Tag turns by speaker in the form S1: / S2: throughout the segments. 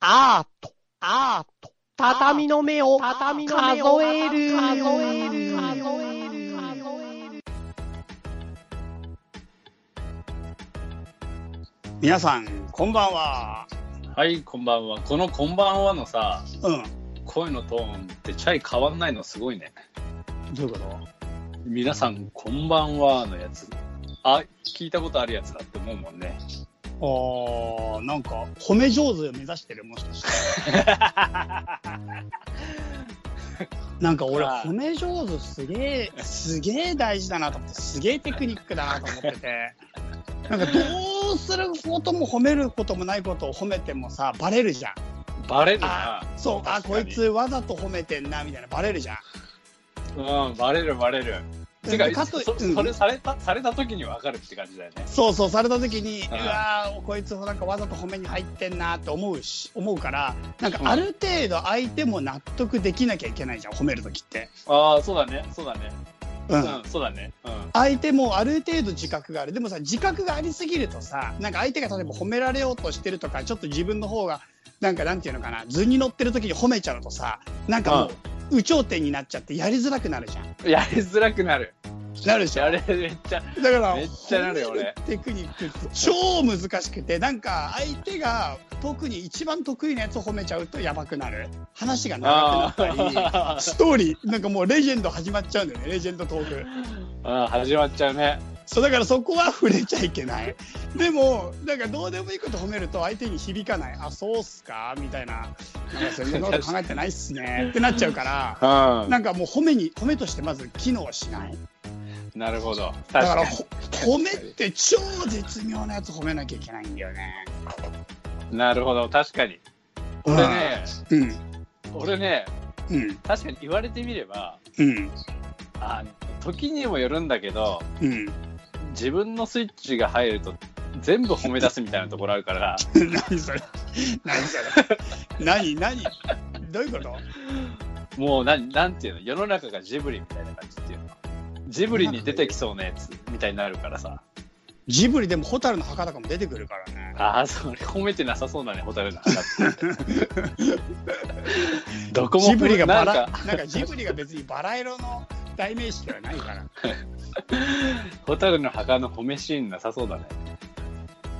S1: アート、アート、畳の目を、畳の目を数える、数える、数える、
S2: 皆さんこんばんは
S3: はい、こんばんは。このこんばんはのさ、
S2: うん
S3: 声のトーンってチャイ変わんないのすごいね。
S2: どういうこ
S3: 皆さん、こんばんはのやつ。あ、聞いたことあるやつだって思うもんね。
S2: とあーなんか褒め上手を目指してるもしかして なんか俺
S3: はい
S2: 褒め上手すげえすげえ大事だなと思ってすげえテクニックだなと思っててなんかどうすることも褒めることもないことを褒めてもさバレるじゃん
S3: バレるな。
S2: そうあ
S3: 確
S2: こ
S3: か
S2: い
S3: に
S2: つ。わざと褒めてんなみたいなバレるじゃん
S3: うん、バレるバレる。て
S2: で
S3: か、
S2: かと
S3: そ
S2: うん
S3: それされた、された時にわかるって感じだよね。
S2: そうそうされた時に、う
S3: うん
S2: わーこいつなんかわざと褒めに入ってんなって思うし思うからなんか
S3: うん
S2: ある程度相手も納得できなきゃいけないじゃん褒める時って、
S3: ああ、そうだね。そうだね。
S2: う
S3: うんん、そうだね。うん。
S2: 相手もある程度自覚があるでもさ自覚がありすぎるとさなんか相手が例えば褒められようとしてるとかちょっと自分の方がなんかなんていうのかな図に乗ってる時に褒めちゃうとさなんかもう有頂天になっちゃってやりづらくなるじゃん
S3: やりづらくなる。
S2: なるでしょ
S3: やれ、めっちゃ。
S2: だから
S3: めっちゃなるよ俺
S2: テクニックって超難しくてなんか相手が特に一番得意なやつを褒めちゃうとやばくなる話が長
S3: あ
S2: くなった
S3: あ
S2: り。ストーリーなんかもうレジェンド始まっちゃうんだよねレジェンドトーク
S3: あー始まっちゃうね。
S2: そうだからそこは触れちゃいけないでもなんかどうでもいいこと褒めると相手に響かないあそうっすかみたいななんかそんなこと考えてないっすねってなっちゃうから
S3: うん。
S2: なんかもう褒めに褒めとしてまず機能しない
S3: なるほど。確
S2: だか
S3: から
S2: ほ褒めって超絶妙なやつ褒めなきゃいけないんだよね。
S3: に。なるほど。確かに。
S2: うん
S3: 俺ね、
S2: うん
S3: 俺ね、
S2: うん
S3: 確かに言われてみれば、
S2: うん
S3: あ時にもよるんだけど、
S2: うん。
S3: 自分のスイッチが入ると、全部褒め出すみたいなところあ るから、
S2: 何それ何それ何何どういうこと
S3: もうなん、なんていうの、世の中がジブリみたいな感じっていうの。ジブリに出てきそうなやつみたいになるからさ。
S2: ジブリでも蛍の墓とかも出てくるからね。
S3: ああ、それ褒めてなさそうだね、ホタルの花って。 どこも
S2: ジブリがバラ
S3: な
S2: なんん
S3: か
S2: かジブリが別にバラ色の代名詞ではないから。
S3: ホタルの墓の褒めシーンなさそうだね。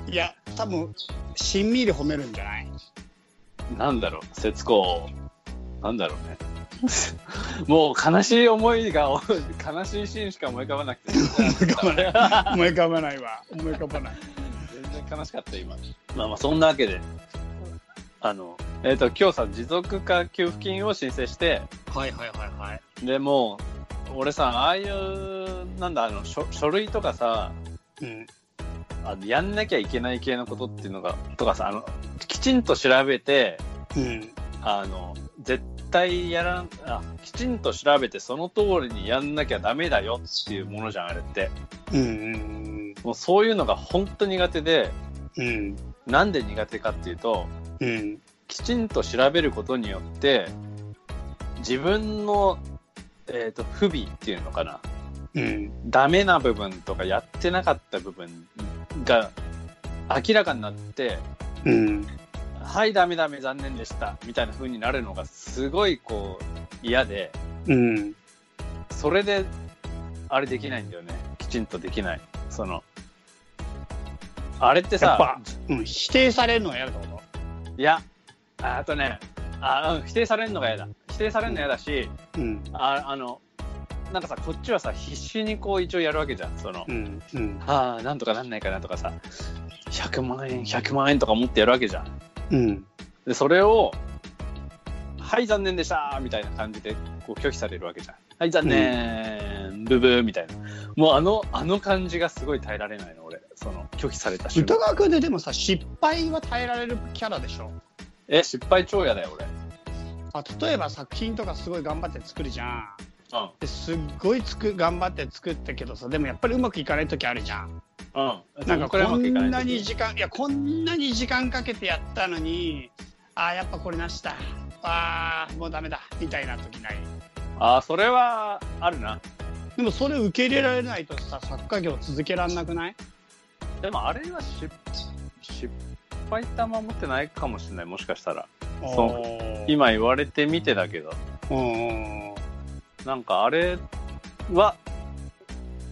S2: いや多分しんみり褒めるんじゃない。
S3: なんだろう、節子をなんだろうね。 もう悲しい思いが、お悲しいシーンしか思い浮かばなくて、
S2: 思い浮かばない思い浮かばないわ思い浮かばない。
S3: 全然悲しかった、今。まあまあ、そんなわけで、あの、えっ、と、今日さ、持続化給付金を申請して、
S2: はいはいはいはい。
S3: でもう、俺さ、ああいう、なんだ、あの、書書類とかさ、
S2: うん
S3: あのやんなきゃいけない系のことっていうのが、とかさ、あの、きちんと調べて、
S2: うん
S3: あの絶対やらんあきちんと調べてその通りにやんなきゃダメだよっていうものじゃんあれって
S2: うんうん
S3: もうそういうのが本当苦手で
S2: うん
S3: なんで苦手かっていうと
S2: うん。
S3: きちんと調べることによって自分の、えー、と不備っていうのかな
S2: うん
S3: ダメな部分とかやってなかった部分が明らかになって
S2: うん
S3: はいダメダメ残念でしたみたいな風になるのがすごいこう嫌で。
S2: うん
S3: それであれできないんだよねきちんとできないそのあれって
S2: やっ
S3: さ
S2: ぱ、うん、否定されるのは嫌だってこ
S3: いやあとねあうん否定されるのが嫌だ否定されるの嫌だし
S2: とうん
S3: ああのなんかさこっちはさ必死にこう一応やるわけじゃんその、
S2: うんうん
S3: ああなんとかなんないかなとかさ100万円100万円とか持ってやるわけじゃん
S2: うん
S3: でそれをはい残念でしたみたいな感じでこう拒否されるわけじゃんはい残念、ブブーみたいなもうあのあの感じがすごい耐えられないの俺その拒否された瞬
S2: 歌
S3: 間
S2: 川君ででもさ失敗は耐えられるキャラでしょ
S3: え失敗超嫌だよ俺
S2: あ例えば作品とかすごい頑張って作るじゃん
S3: うん
S2: ですっごいつく頑張って作ったけどさでもやっぱりうまくいかない時あるじゃん
S3: うん
S2: なんか
S3: こ
S2: こ
S3: れはうまくいか
S2: ん
S3: な
S2: ないに時間いやこんなに時間かけてやったのにあーやっぱこれなしだあーもうダメだみたいな時ない
S3: ああそれはあるな
S2: でもそれ受け入れられないとさ作家業続けられなくない
S3: でもあれは失失ぱい玉持ってないかもしれないもしかしたら
S2: そう
S3: 今言われてみてだけど
S2: うん
S3: なんかあれは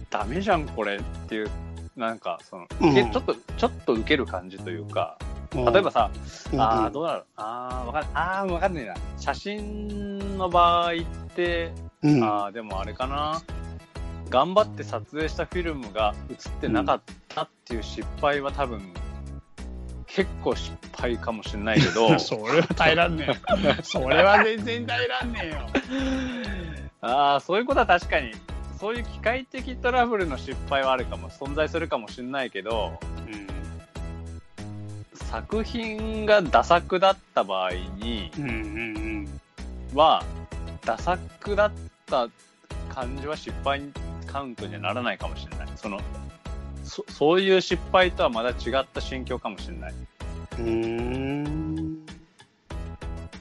S3: ダメじゃんこれっていうなんかその、
S2: うん
S3: 受けちょっとちょっと受ける感じというか
S2: うん
S3: 例えばさ、
S2: うん
S3: ああ
S2: うん
S3: どうだろうああわかんああわかんねえな写真の場合って
S2: うん
S3: ああでもあれかな頑張って撮影したフィルムが映ってなかったっていう失敗は多分結構失敗かもしれないけ ど
S2: それは耐えらんね え。それは全然耐えらんねえよ。
S3: ああそういうことは確かにそういう機械的トラブルの失敗はあるかも存在するかもしれないけど作品がダ作だった場合に
S2: うん。うんうん
S3: はダ作だった感じは失敗カウントにはならないかもしれないそのそそういう失敗とはまだ違った心境かもしれない
S2: うん。うん。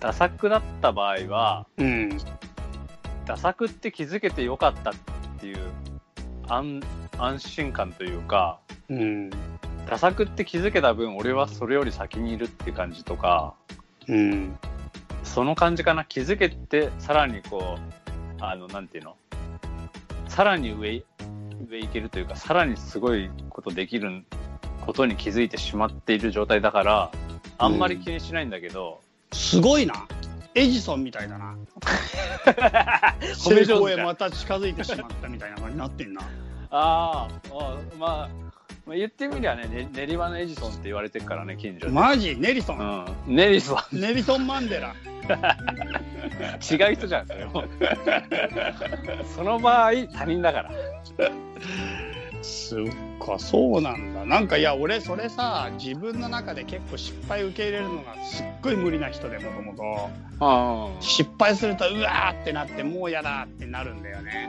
S3: ダ作だった場合は
S2: うん。
S3: ダ作って気づけてよかったっていう安安心感というか
S2: うん。
S3: ダ作って気づけた分俺はそれより先にいるって感じとか
S2: うん。
S3: その感じかな気づけてさらにこうあのなんていうのさらに上い上行けるというかさらにすごいことできることに気づいてしまっている状態だからあんまり気にしないんだけど、
S2: すごいな。エジソンみたいだ な。
S3: 褒め上手じゃん
S2: 成功へまた近づいてしまったみたいな感じになってんな。
S3: あーあーまあ、まあ言ってみりゃねね練馬のエジソンって言われてるからね近所で、
S2: マジネリソン。
S3: うん、ネリスは
S2: ネリソン・マンデラ。
S3: 違う人じゃんそれも その場合他人だから
S2: そっか、そうなんだ。なんかいや、俺それさ、自分の中で結構失敗受け入れるのがすっごい無理な人でもともと。
S3: あ
S2: 失敗するとうわーってなってもうやだってなるんだよね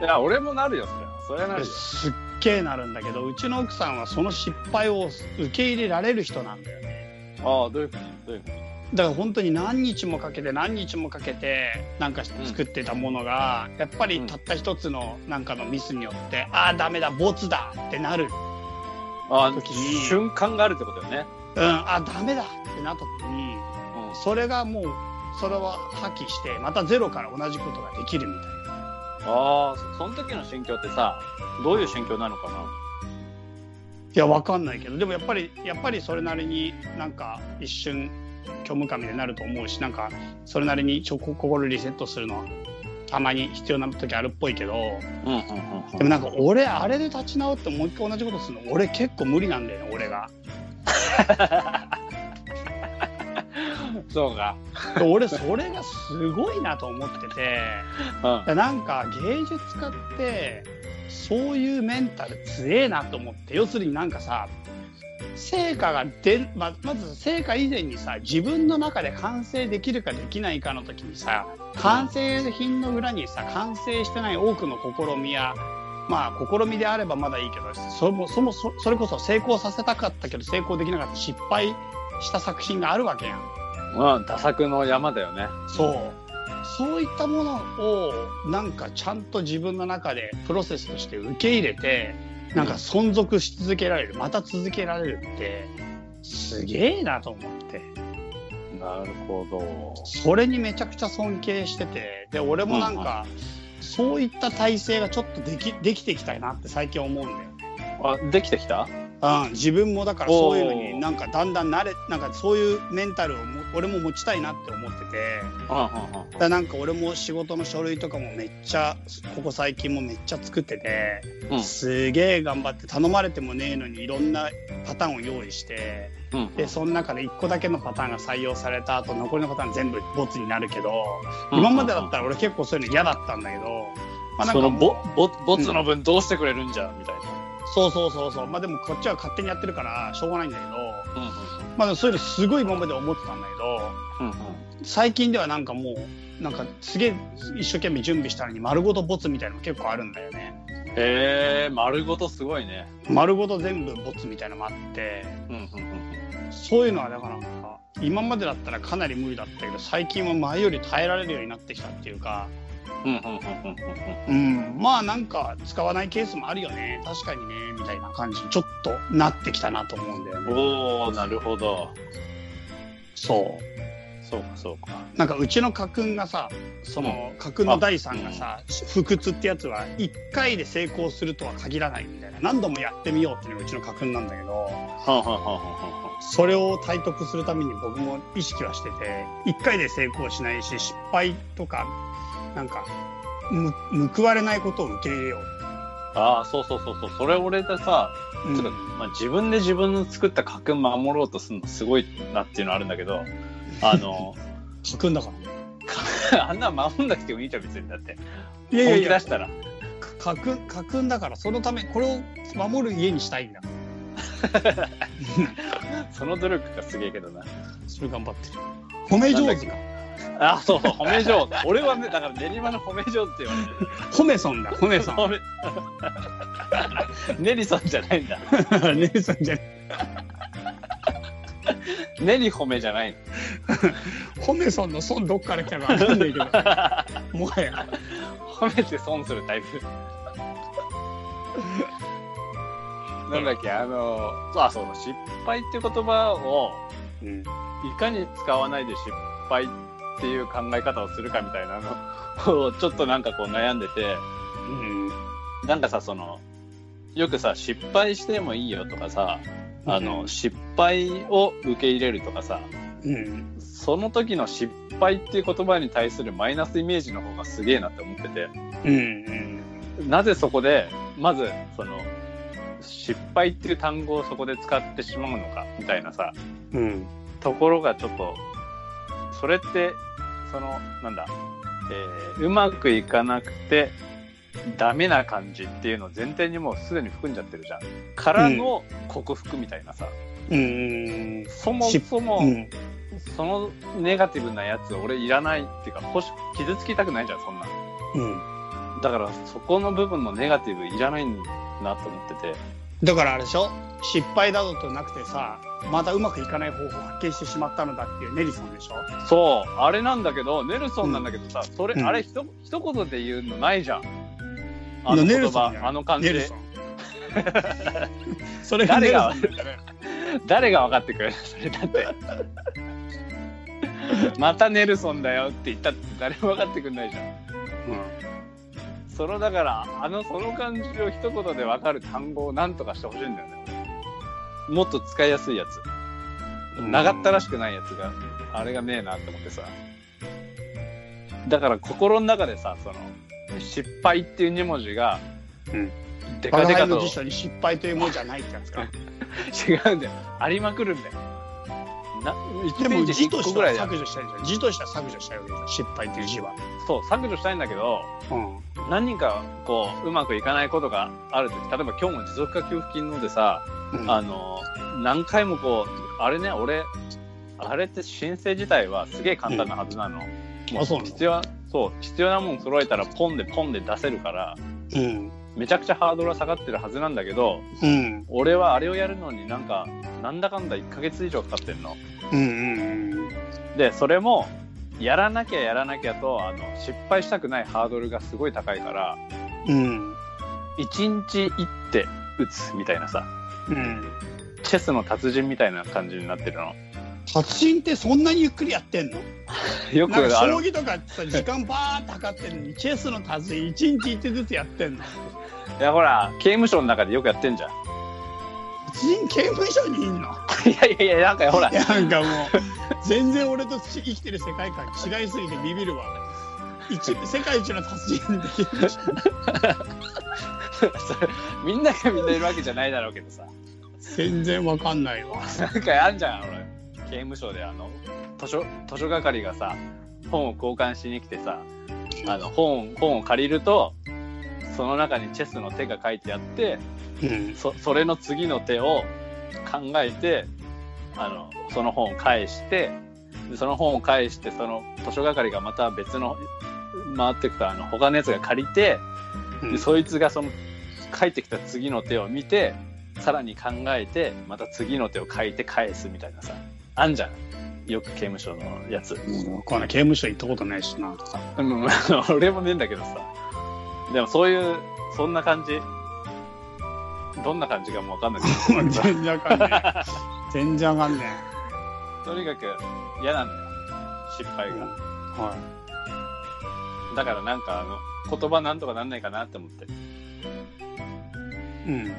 S3: いや俺もなるよそれはそれはなるよ
S2: すっげーなるんだけどうちの奥さんはその失敗を受け入れられる人なんだよね
S3: ああどういうことどういうこと
S2: だから本当に何日もかけて何日もかけてなんか作ってたものが、やっぱり
S3: うん
S2: たった一つのなんかのミスによって、ああダメだボツだってなる
S3: あ
S2: 時に
S3: 瞬間があるってことよね。
S2: うんあーダメだってなった時にそれがもうそれは破棄してまたゼロから同じことができるみたいな。
S3: ああ、そその時の心境ってさ、どういう心境なのか
S2: いやわかんないけどでもやっぱりやっぱりそれなりになんか一瞬虚無感みたいになると思うしなんかそれなりにちょこ心リセットするのはたまに必要な時あるっぽいけど
S3: な。うんうんうん
S2: でもなんか俺あれで立ち直ってもう一回同じことするの俺結構無理なんだよね俺が
S3: うん。そうか。
S2: で俺それがすごいなと思ってて
S3: うん。
S2: でなんか芸術家ってそういうメンタル強えなと思って要するになんかさ成果が出ままず成果以前にさ自分の中で完成できるかできないかの時にさ完成品の裏にさ完成してない多くの試みやまあ試みであればまだいいけどそれもそもそそれこそ成功させたかったけど成功できなかった失敗した作品があるわけやん。
S3: まあ、打作の山だよね。
S2: そうそういったものをなんかちゃんと自分の中でプロセスとして受け入れてなんか存続し続けられるまた続けられるってすげえなと思って
S3: なるほど。
S2: それにめちゃくちゃ尊敬しててで俺もなんかそういった体制がちょっとできできてきたなって最近思うんだよね。
S3: あ、できてきた
S2: うん、自分もだからそういうの
S3: お
S2: に
S3: ー
S2: なんかだんだん慣れなんかそういうメンタルをも俺も持ちたいなって思ってて。
S3: うんうんうん
S2: だからなんか俺も仕事の書類とかもめっちゃここ最近もめっちゃ作ってて、
S3: うん
S2: すげえ頑張って頼まれてもねえのにいろんなパターンを用意して
S3: うんうん。
S2: でその中で1個だけのパターンが採用された後残りのパターン全部ボツになるけど今までだったら俺結構そういうの嫌だったんだけど、まあ、なん
S3: そ
S2: か
S3: の
S2: もう
S3: ボ、ボ、ボツの分どうしてくれるんじゃ、みたい
S2: そうそうそうそうまあでもこっちは勝手にやってるからしょうがないんだけど、
S3: な。
S2: まあ、でもそういうのすごい今まで思ってたんだけど
S3: うんうん。
S2: 最近ではなんかもうなんかすげえ一生懸命準備したのに丸ごとボツみたいなの結構あるんだよね
S3: へえ、丸ごとすごいね。
S2: 丸ごと全部ボツみたいなのもあって
S3: うんうんうん。
S2: そういうのはだからなんか今までだったらかなり無理だったけど最近は前より耐えられるようになってきたっていうか
S3: うんうんうんうんうん
S2: うん、まあなんか使わないケースもあるよね確かにねみたいな感じにちょっとなってきたなと思うんだよね
S3: おおなるほど
S2: そ
S3: そうかそうか
S2: うなんかうちの家訓がさその家訓の第三がさ不屈ってやつは1回で成功するとは限らないみたいな何度もやってみようっていうのがうちの家訓なんだけど
S3: はんはんはんはんはんは
S2: それを体得するために僕も意識はしてて1回で成功しないし失敗とかなんかむ報われないことを受け入れよ
S3: んああそうそうそうそうそれ俺でさ
S2: う、
S3: ちょっとまあ、自分で自分の作った家訓守ろうとするのすごいなっていうのはあるんだけどあ の
S2: 家訓だからね
S3: あんな守んなくてもいいじゃん別にだって
S2: い
S3: 本気出したら
S2: 家訓家訓だからそのためこれを守る家にしたいんだ
S3: その努力がすげえけどな
S2: それ頑張ってる褒め上手か
S3: あそうそう褒め上手 俺はねだから練馬の褒め上手って言われてる
S2: 褒めそんだ褒めそん
S3: 褒め ネリソンじゃないんだ
S2: 姉さんじゃね
S3: ネリ褒めじゃないの
S2: 褒めそんの損どっから来たか分かんないけどもはや
S3: 褒めて損するタイプなんだっけあのあそう失敗って言葉を
S2: うん
S3: いかに使わないで失敗っていう考え方をするかみたいなのをちょっとなんかこう悩んでてなんかさそのよくさ失敗してもいいよとかさあの、失敗を受け入れるとかさ
S2: うん
S3: その時の失敗っていう言葉に対するマイナスイメージの方がすげえなって思ってて
S2: うんうん
S3: なぜそこでまずその失敗っていう単語をそこで使ってしまうのかみたいなさ
S2: うん
S3: ところがちょっとそれってそのなんだ、えーうまくいかなくてダメな感じっていうのを前提にもうすでに含んじゃってるじゃんからの克服みたいなさ、
S2: うん
S3: そも
S2: し
S3: そも、
S2: うん
S3: そのネガティブなやつ俺いらないっていうか欲し傷つきたくないじゃんそんな
S2: うん
S3: だからそこの部分のネガティブいらないなと思ってて
S2: だからあれでしょ失敗などとなくてさまたうまくいかない方法を発見してしまったのだっていうネリソンでしょ
S3: そうあれなんだけどネルソンなんだけどさ、それ、
S2: うん
S3: あれひと一言で言うのないじゃん
S2: あ
S3: あの
S2: ネル
S3: 言
S2: ソン
S3: 葉
S2: じゃん
S3: あの感じ
S2: ネル
S3: で
S2: ソンそれがネ
S3: 誰
S2: ルソ
S3: が
S2: ンだよね
S3: 誰が分かってくれる それだって またネルソンだよって言ったって誰も分かってくれないじゃんそのだからあのその感じを一言で分かる単語をなんとかしてほしいんだよねもっと使いやすいやつ
S2: うん
S3: 長ったらしくないやつがあれがねえなって思ってさだから心の中でさその失敗っていう2文字が、
S2: うん
S3: デ
S2: バ
S3: カ
S2: ラ
S3: デ
S2: ハイ
S3: カ
S2: の
S3: と
S2: 辞書に失敗というものじゃないってやつか
S3: 違うんだよありまくるんだよな
S2: で
S3: 1ペ
S2: も
S3: ージ
S2: 字と
S3: 1個
S2: して
S3: ぐら
S2: はい
S3: だよ
S2: 削除したいじゃん字としては削除したいわけじゃん失敗っていう字は
S3: そう削除したいんだけど
S2: うん
S3: 何人かこううまくいかないことがある時例えば今日も持続化給付金のでさ、
S2: うん
S3: あの何回もこうあれね俺あれって申請自体はすげえ簡単なはずなの、
S2: あそうなの
S3: 必要そう必要なもん揃えたらポンでポンで出せるから
S2: うん
S3: めちゃくちゃハードルは下がってるはずなんだけど
S2: うん
S3: 俺はあれをやるのになんかなんだかんだ1ヶ月以上かかってんの
S2: うんうん
S3: でそれもやらなきゃやらなきゃとあの失敗したくないハードルがすごい高いから
S2: うん
S3: 1日1手打つみたいなさ
S2: うん
S3: チェスの達人みたいな感じになってるの
S2: 達人ってそんなにゆっくりやってんの
S3: よく
S2: なんか
S3: あ
S2: 将
S3: の
S2: 棋とかってさ時間バーって測ってるのにチェスの達人1日1手ずつやってんの
S3: いやほら刑務所の中でよくやってんじゃん
S2: 達人刑務所にいんの
S3: いやいやいやなんかほら
S2: いやなんかもう全然俺と生きてる世界観違いすぎてビビるわ一世界一の達人できるし
S3: それみんながみんないるわけじゃないだろうけどさ
S2: 全然わかんないわ
S3: なんかあんじゃんほら刑務所であの図書図書係がさ本を交換しに来てさあの本本を借りるとその中にチェスの手が書いてあって
S2: うん
S3: そそれの次の手を考えてあのその本を返してでその本を返してその図書係がまた別の回ってきたあの他のやつが借りてでそいつがその書いてきた次の手を見てさらに考えてまた次の手を書いて返すみたいなさあんじゃんよく刑務所のやつ。
S2: もうこの刑務所行ったことないしな。
S3: うん、 俺もねえんだけどさ。でもそういう、そんな感じ。どんな感じかもわかんないけど
S2: 全然わかんねえ。全然わかんね
S3: とにかく嫌なのよ。失敗が。
S2: え。は
S3: だからなんかあの、言葉なんとかなんないかなって思って。
S2: い。うん。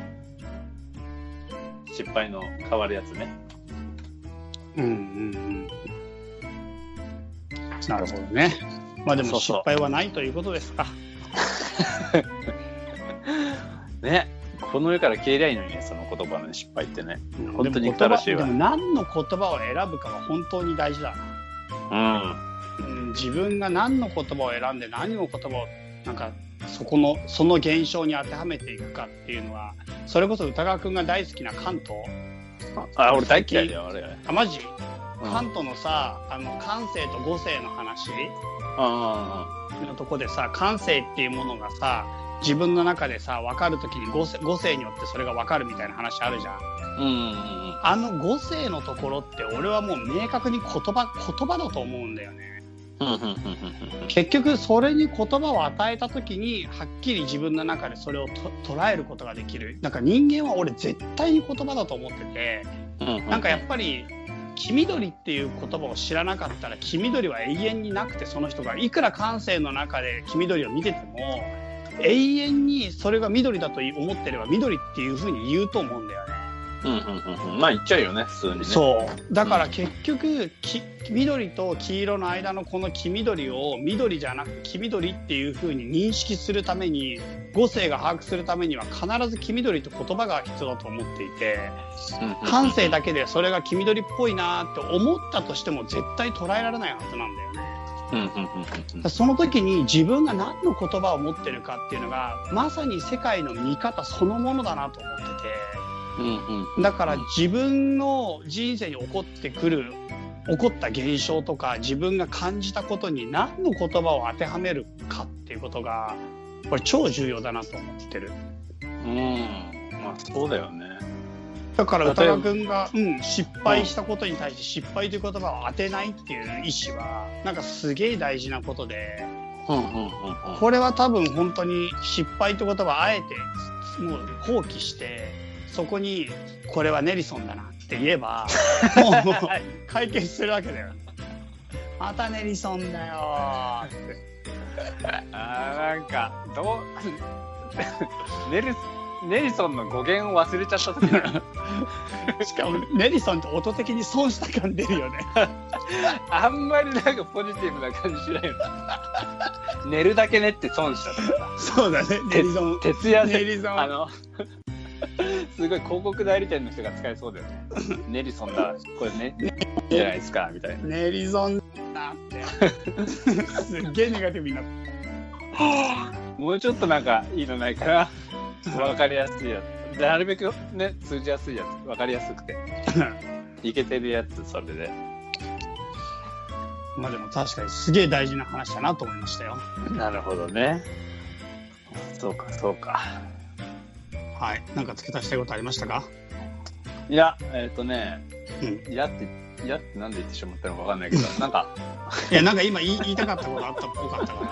S3: 失敗の変わるやつね。
S2: うんうんうん。なるほどね。まあで
S3: そ
S2: も
S3: うそ
S2: 失
S3: う
S2: 敗はないということですか。
S3: ね。この世から消えりゃいいのにね、その言葉の失敗ってね。
S2: うん
S3: 本当に
S2: でも言葉
S3: 憎たらしいわ
S2: でも何の言葉を選ぶかは本当に大事だな。
S3: うん。
S2: うん、自分が何の言葉を選んで何の言葉をなんかそこのその現象に当てはめていくかっていうのはそれこそ歌川君が大好きな関東
S3: あ、俺大嫌いだよ、あれ。
S2: あマジ
S3: うん
S2: 関東のさあの感性と五性の話
S3: あ
S2: のとこでさ感性っていうものがさ自分の中でさ分かる時に五性五性によってそれが分かるみたいな話あるじゃん
S3: あ。うん。
S2: あの五性のところって俺はもう明確に言葉言葉だと思うんだよね
S3: うんうんうんうんうん
S2: 結局それに言葉を与えた時にはっきり自分の中でそれをと捉えることができるなんか人間は俺絶対に言葉だと思ってて
S3: うんうん
S2: なんかやっぱり黄緑っていう言葉を知らなかったら黄緑は永遠になくてその人がいくら感性の中で黄緑を見てても永遠にそれが緑だと思ってれば緑っていうふうに言うと思うんだよね。
S3: うんうんうんうんまあ言っちゃうよね普通にね
S2: そうだから結局き緑と黄色の間のこの黄緑を緑じゃなくて黄緑っていう風に認識するために五性が把握するためには必ず黄緑と言葉が必要だと思っていて
S3: うんうんうん
S2: 感性だけでそれが黄緑っぽいなーって思ったとしても絶対捉えられないはずなんだよね。
S3: うんうんうん
S2: だからその時に自分が何の言葉を持ってるかっていうのがまさに世界の見方そのものだなと思ってて。
S3: うんうんうん
S2: だから自分の人生に起こってくる起こった現象とか自分が感じたことに何の言葉を当てはめるかっていうことがこれ超重要だなと思ってる
S3: うんまあそうだよね
S2: だから
S3: 例えば
S2: 歌川君が、うん、失敗したことに対して失敗という言葉を当てないっていう意思はなんかすげえ大事なことで
S3: うんうんうんうん
S2: これは多分本当に失敗って言葉をあえてもう放棄してそこにこれはネリソンだなって言えばもうもう解決するわけだよまたネリソンだよ
S3: あーなんかどうネルネリソンの語源を忘れちゃった時だ
S2: しかもネリソンって音的に損した感出るよね
S3: あんまりなんかポジティブな感じしないよね寝るだけねって損したとか
S2: そうだねネリソン
S3: さ徹夜
S2: ネ
S3: で
S2: リソ
S3: あ
S2: ン
S3: のすごい広告代理店の人が使えそうだよねネリソンだこれねじゃないですかみたいな
S2: ネリソンだって すっげえネガティブになった
S3: もうちょっとなんかいいのないかな。わかりやすいやつ。なるべくね、通じやすいやつ。わかりやすくて。いけてるやつ、それで。
S2: まあでも確かにすげえ大事な話だなと思いましたよ
S3: なるほどね。そうか、そうか。
S2: はいなんか付け足したいことありましたか
S3: いや、えっ、とね、
S2: う
S3: いやって、いやってなんで言ってしまったのかわかんないけど、なんか、
S2: いやなんか今言い言いたかったことあったっぽかったから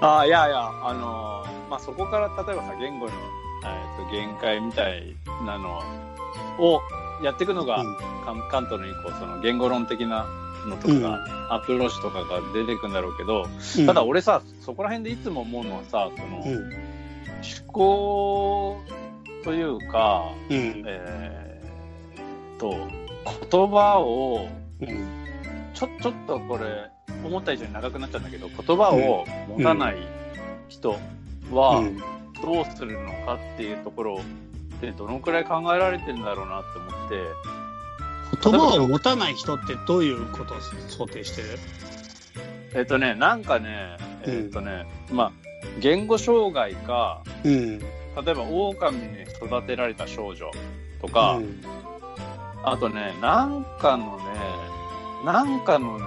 S3: ああ、いやいや、あのーまあ、そこから例えばさ、言語の、えーと限界みたいなのをやっていくのが、
S2: うん
S3: 関関東の以降、その言語論的なのとか、
S2: うん
S3: アプローチとかが出てくんだろうけど、ただ俺さ、そこら辺でいつも思うのはさ、その、
S2: うん
S3: 思考というか、
S2: うん
S3: えー、と、言葉を、
S2: うん
S3: ちょ、ちょっとこれ、思った以上に長くなっちゃうんだけど、言葉を持たない人は、
S2: うん
S3: どうするのかっていうところでどのくらい考えられてんだろうなって思って
S2: 言葉を持たない人ってどういうことを想定してる
S3: えっとねなんかね
S2: うん
S3: えっとね、まあ言語障害か
S2: うん
S3: 例えば狼に育てられた少女とか、
S2: うん
S3: あとねなんかのねなんかのね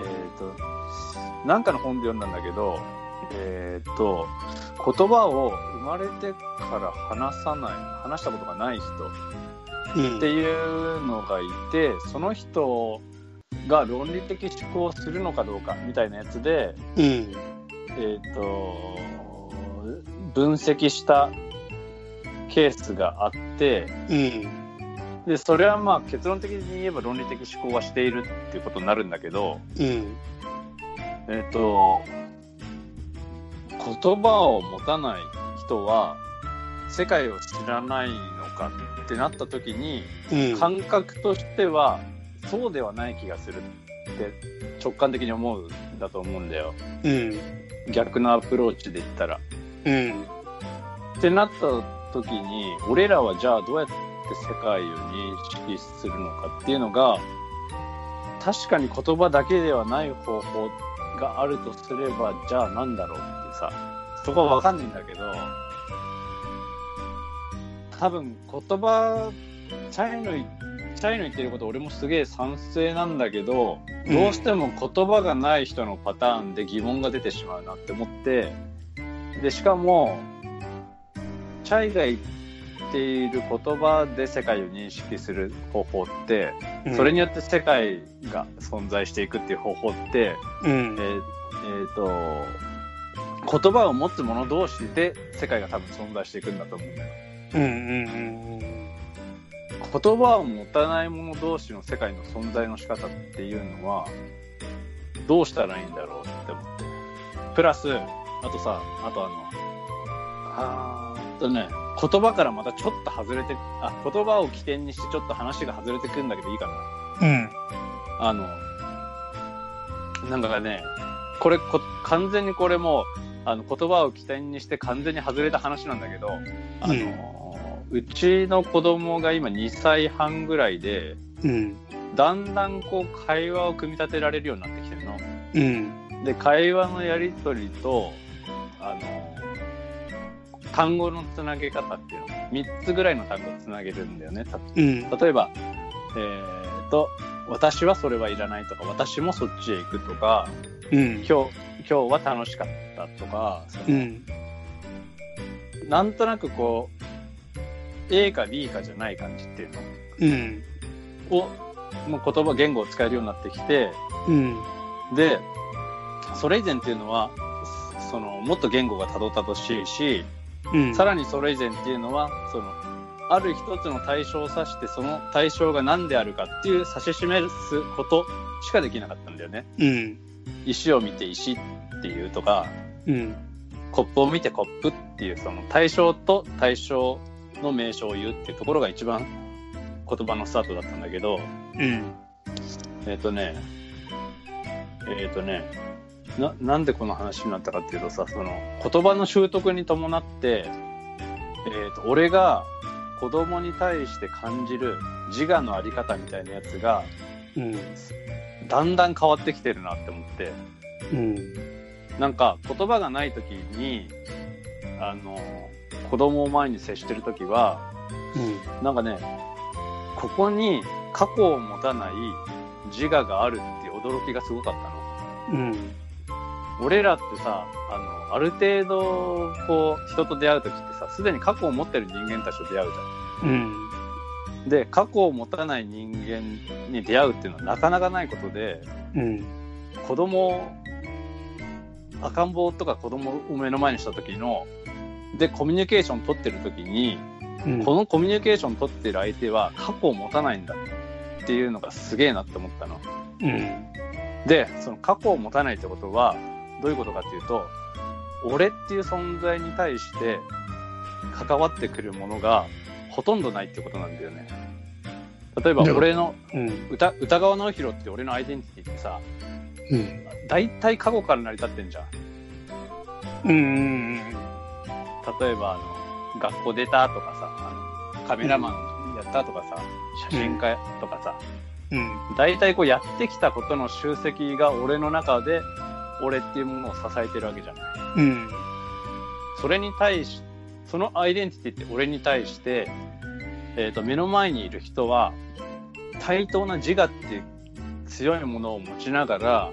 S3: えっとなんかの本で読んだんだけどえっと言葉を生まれてから話さない話したことがない人
S2: うん
S3: っていうのがいてその人が論理的思考をするのかどうかみたいなやつで、
S2: うん。
S3: えっ、と、分析したケースがあって、
S2: うん。
S3: で、それはまあ結論的に言えば論理的思考はしているっていうことになるんだけど、
S2: うん。
S3: えっ、と、言葉を持たない人は世界を知らないのかってなった時に、
S2: うん。
S3: 感覚としてはそうではない気がするって直感的に思うんだと思うんだよ
S2: うん。
S3: 逆のアプローチで言ったら。
S2: うん。
S3: ってなった時に俺らはじゃあどうやって世界を認識するのかっていうのが確かに言葉だけではない方法があるとすればじゃあ何だろうってさそこは分かんないんだけど多分言葉チャイのチャイの言ってること俺もすげえ賛成なんだけどどうしても言葉がない人のパターンで疑問が出てしまうなって思ってでしかもチャイが言っている言葉で世界を認識する方法ってそれ
S2: に、
S3: によって世界が存在していくっていう方法って、
S2: うん
S3: え。ーえーと言葉を持つ者同士で世界が多分存在していくんだと思うんだよ。
S2: うん。うん。
S3: 言葉を持たない者同士の世界の存在の仕方っていうのはどうしたらいいんだろうって思ってプラスあとさあとあのあーあとね言葉からまたちょっと外れてあ言葉を起点にしてちょっと話が外れてくんだけどいいかな
S2: うん。
S3: あのなんかねこれこ完全にこれもうあの言葉を起点にして完全に外れた話なんだけどあの、うちの子供が今2歳半ぐらいで
S2: うん。
S3: だんだんこう会話を組み立てられるようになってきてるの。
S2: うん。
S3: で会話のやり取りとあの単語のつなげ方っていうの3つぐらいの単語をつなげるんだよね。た
S2: うん。
S3: 例えば、えーと「私はそれはいらない」とか「私もそっちへ行く」とか
S2: うん。
S3: 「今日今日は楽しかった」とかそ
S2: う
S3: の
S2: ん。
S3: なんとなくこう A か B かじゃない感じっていうの
S2: うん。
S3: をもう言葉言語を使えるようになってきて
S2: うん。
S3: でそれ以前っていうのはそのもっと言語がたどたどしいし、
S2: うん。
S3: さらにそれ以前っていうのはそのある一つの対象を指してその対象が何であるかっていう指し示すことしかできなかったんだよね。
S2: うん。
S3: 石を見て石っていうとか
S2: うん。
S3: コップを見てコップっていうその対象と対象の名称を言うっていうところが一番言葉のスタートだったんだけど、
S2: うん。
S3: えっ、とね、えっ、とねな、なんでこの話になったかっていうとさ、その言葉の習得に伴って、えっ、と、俺が子供に対して感じる自我のあり方みたいなやつが、
S2: うん。
S3: だんだん変わってきてるなって思って、
S2: うん。
S3: なんか言葉がない時に、あの、子供を前に接してる時は、なんかね、ここに過去を持たない自我があるっていう驚きがすごかったの。
S2: うん。
S3: 俺らってさあのある程度こう人と出会う時ってさすでに過去を持ってる人間たちと出会うじ
S2: うん。
S3: ゃん。で過去を持たない人間に出会うっていうのはなかなかないことで
S2: うん。
S3: 子供赤ん坊とか子供を目の前にした時のでコミュニケーション取ってる時に
S2: うん。
S3: このコミュニケーション取ってる相手は過去を持たないんだっていうのがすげえなって思ったの。
S2: うん。
S3: でその過去を持たないってことはどういうことかっていうと俺っていう存在に対して関わってくるものがほとんどないってことなんだよね。例えば
S2: なるほど
S3: 俺の
S2: うん。
S3: 歌歌川直弘って俺のアイデンティティってさ
S2: うん。
S3: 大体過去から成り立ってんじゃん。
S2: うん。
S3: 例えばあの学校出たとかさあのカメラマンやったとかさ写真家とかさ
S2: うん。
S3: 大体こうやってきたことの集積が俺の中で俺っていうものを支えてるわけじゃん。
S2: うん。
S3: それに対しそのアイデンティティって俺に対して、えー、と目の前にいる人は対等な自我っていう強いものを持ちながら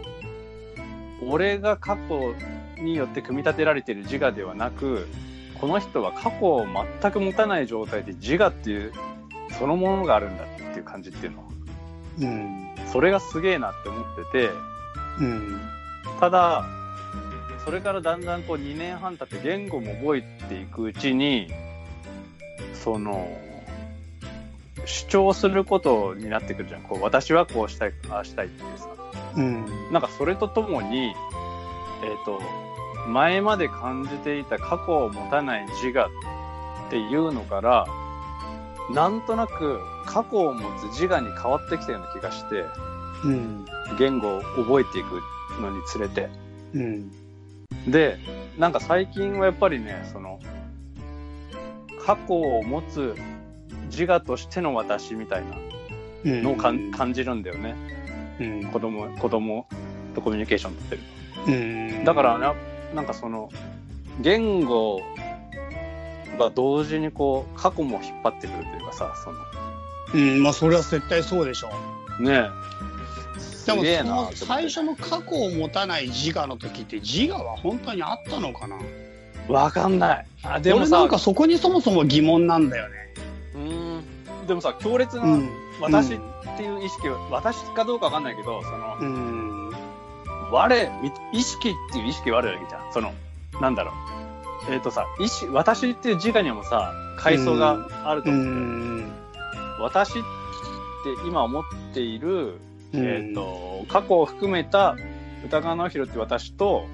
S3: 俺が過去によって組み立てられている自我ではなくこの人は過去を全く持たない状態で自我っていうそのものがあるんだっていう感じっていうの
S2: うん。
S3: それがすげえなって思ってて、
S2: うん。
S3: ただ、それからだんだんこう2年半経って言語も覚えていくうちに、その、主張することになってくるじゃん。こう、私はこうしたい、ああしたいっていうさ。
S2: うん。
S3: なんかそれとともに、えっ、と、前まで感じていた過去を持たない自我っていうのから、なんとなく過去を持つ自我に変わってきたような気がして、
S2: うん。
S3: 言語を覚えていくのにつれて。
S2: うん。
S3: で、なんか最近はやっぱりね、その、過去を持つ自我としての私みたいな
S2: うん。
S3: のをかん感じるんだよね。
S2: うん。
S3: 子供、子供とコミュニケーション取ってる。
S2: うん。
S3: だからな、なんかその、言語が同時にこう、過去も引っ張ってくるというかさ、その、
S2: うん、まあそれは絶対そうでしょう。
S3: ね
S2: でも
S3: すげえなと思っ
S2: その
S3: て
S2: 最初の過去を持たない自我の時って自我は本当にあったのかな
S3: え、わかんない。あ、でも
S2: 俺
S3: さ、
S2: なんかそこにそもそも疑問なんだよね。
S3: うーん、でもさ、強烈
S2: う。
S3: なん私っていう意識は、私かどうかわかんないけど、その、
S2: うん。
S3: 我、み意識っていう意識はあるわけじゃん。その、なんだろう。えっ、とさ、意識、私っていう自我にもさ、階層があると
S2: う
S3: 思うんだよ。
S2: ん。
S3: 私って今思っている、
S2: うん
S3: えー、。と過去を含めた歌川直弘って私と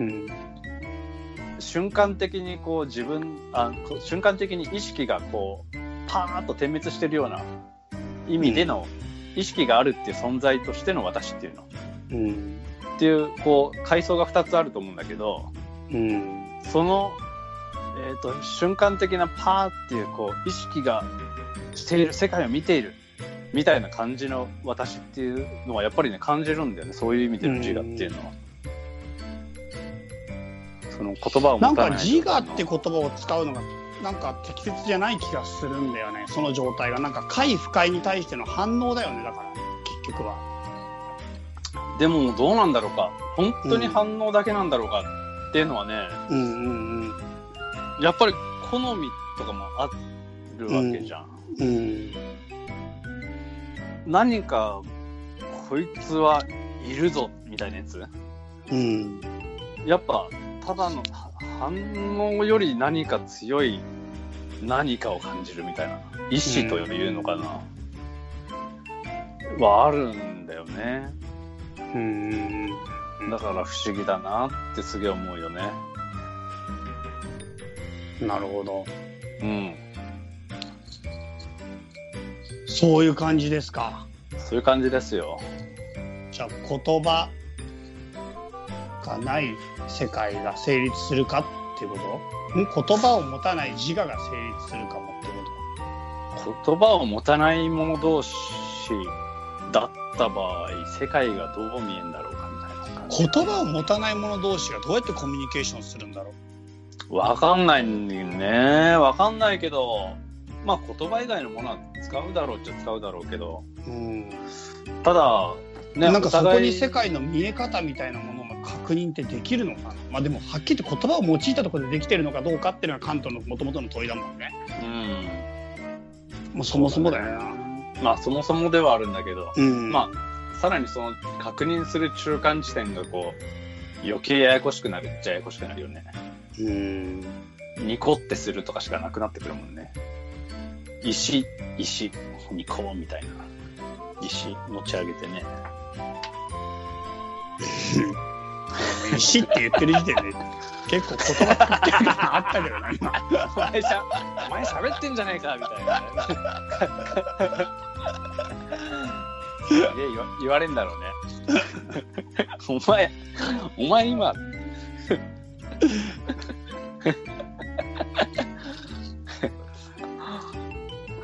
S2: うん。
S3: 瞬間的にこう自分あこう瞬間的に意識がこうパーッと点滅してるような意味での意識があるっていう存在としての私っていうの
S2: うん。
S3: っていうこう階層が2つあると思うんだけど
S2: うん。
S3: その、えー、と瞬間的なパーっていうこう意識がしている世界を見ているみたいな感じの私っていうのはやっぱりね感じるんだよねそういう意味での自我っていうのは。その言葉を
S2: な
S3: 持
S2: ん
S3: た
S2: か
S3: ない
S2: 自我って言葉を使うのがなんか適切じゃない気がするんだよねその状態がなんか快不快に対しての反応だよねだから結局は
S3: でもどうなんだろうか本当に反応だけなんだろうかっていうのはね、
S2: うんうん
S3: やっぱり好みとかもあるわけじゃん
S2: うんうん
S3: 何かこいつはいるぞみたいなやつ
S2: うん
S3: やっぱただのは反応より何か強い何かを感じるみたいな意志というのかな、はあるんだよね
S2: うん
S3: だから不思議だなってすげえ思うよね
S2: なるほど
S3: うん
S2: そういう感じですか
S3: そういう感じですよ
S2: じゃあ言葉がない世界が成立するかっていうことん言葉を持たない自我が成立するかもってこ
S3: 言葉を持たない者同士だった場合世界がどう見えんだろうかみたいな感じ
S2: と言葉を持たない者同士がどうやってコミュニケーションするんだろう
S3: わかんないねわかんないけどまあ言葉以外のものは使うだろうっちゃ使うだろうけど
S2: うん
S3: ただ、ね、
S2: なんか
S3: お
S2: そこ
S3: 互い
S2: に世界の見え方みたいなものの確認ってできるのかな、まあ、でもはっきり言って言葉を用いたところでできてるのかどうかっていうのは関東のもともとの問いだもんね
S3: うん、
S2: もうそもそもだよな
S3: まあそもそもではあるんだけど、
S2: うん
S3: まあさらにその確認する中間地点がこう余計ややこしくなるっちゃややこしくなるよね
S2: うん
S3: ニコってするとかしかなくなってくるもんね石石ニコみたいな石持ち上げてね
S2: 石って言ってる時点で結構言葉作ってるのがあったけどな今
S3: お前しゃお前喋ってんじゃねえかみたいなすげえ言わ言われんだろうね お前お前今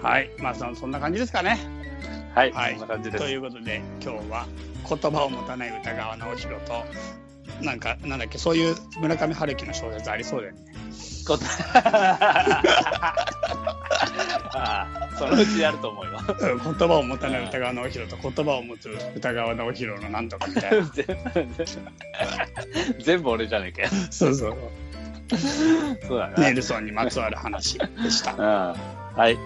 S2: はいまあそそんな感じですかね
S3: はい、
S2: はい
S3: そんな感じです
S2: ということで今日は言葉を持たない歌川直弘となんかなんだっけそういう村上春樹の小説ありそうだよね
S3: こと ああそのうちやると思うよ
S2: うん言葉を持たない歌川直弘と言葉を持つ歌川直弘のなんとかみたい な
S3: 全部全部俺じゃねえかよ
S2: そうそう。
S3: そうだな、
S2: ネルソンにまつわる話でした。
S3: うんはい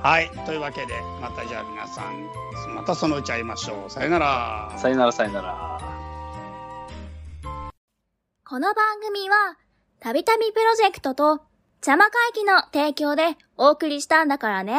S2: はい。というわけで、またじゃあ皆さん、またそのうち会いましょう。さよなら。
S3: さよならさよなら。
S4: この番組は、たびたびプロジェクトと、邪魔会議の提供でお送りしたんだからね。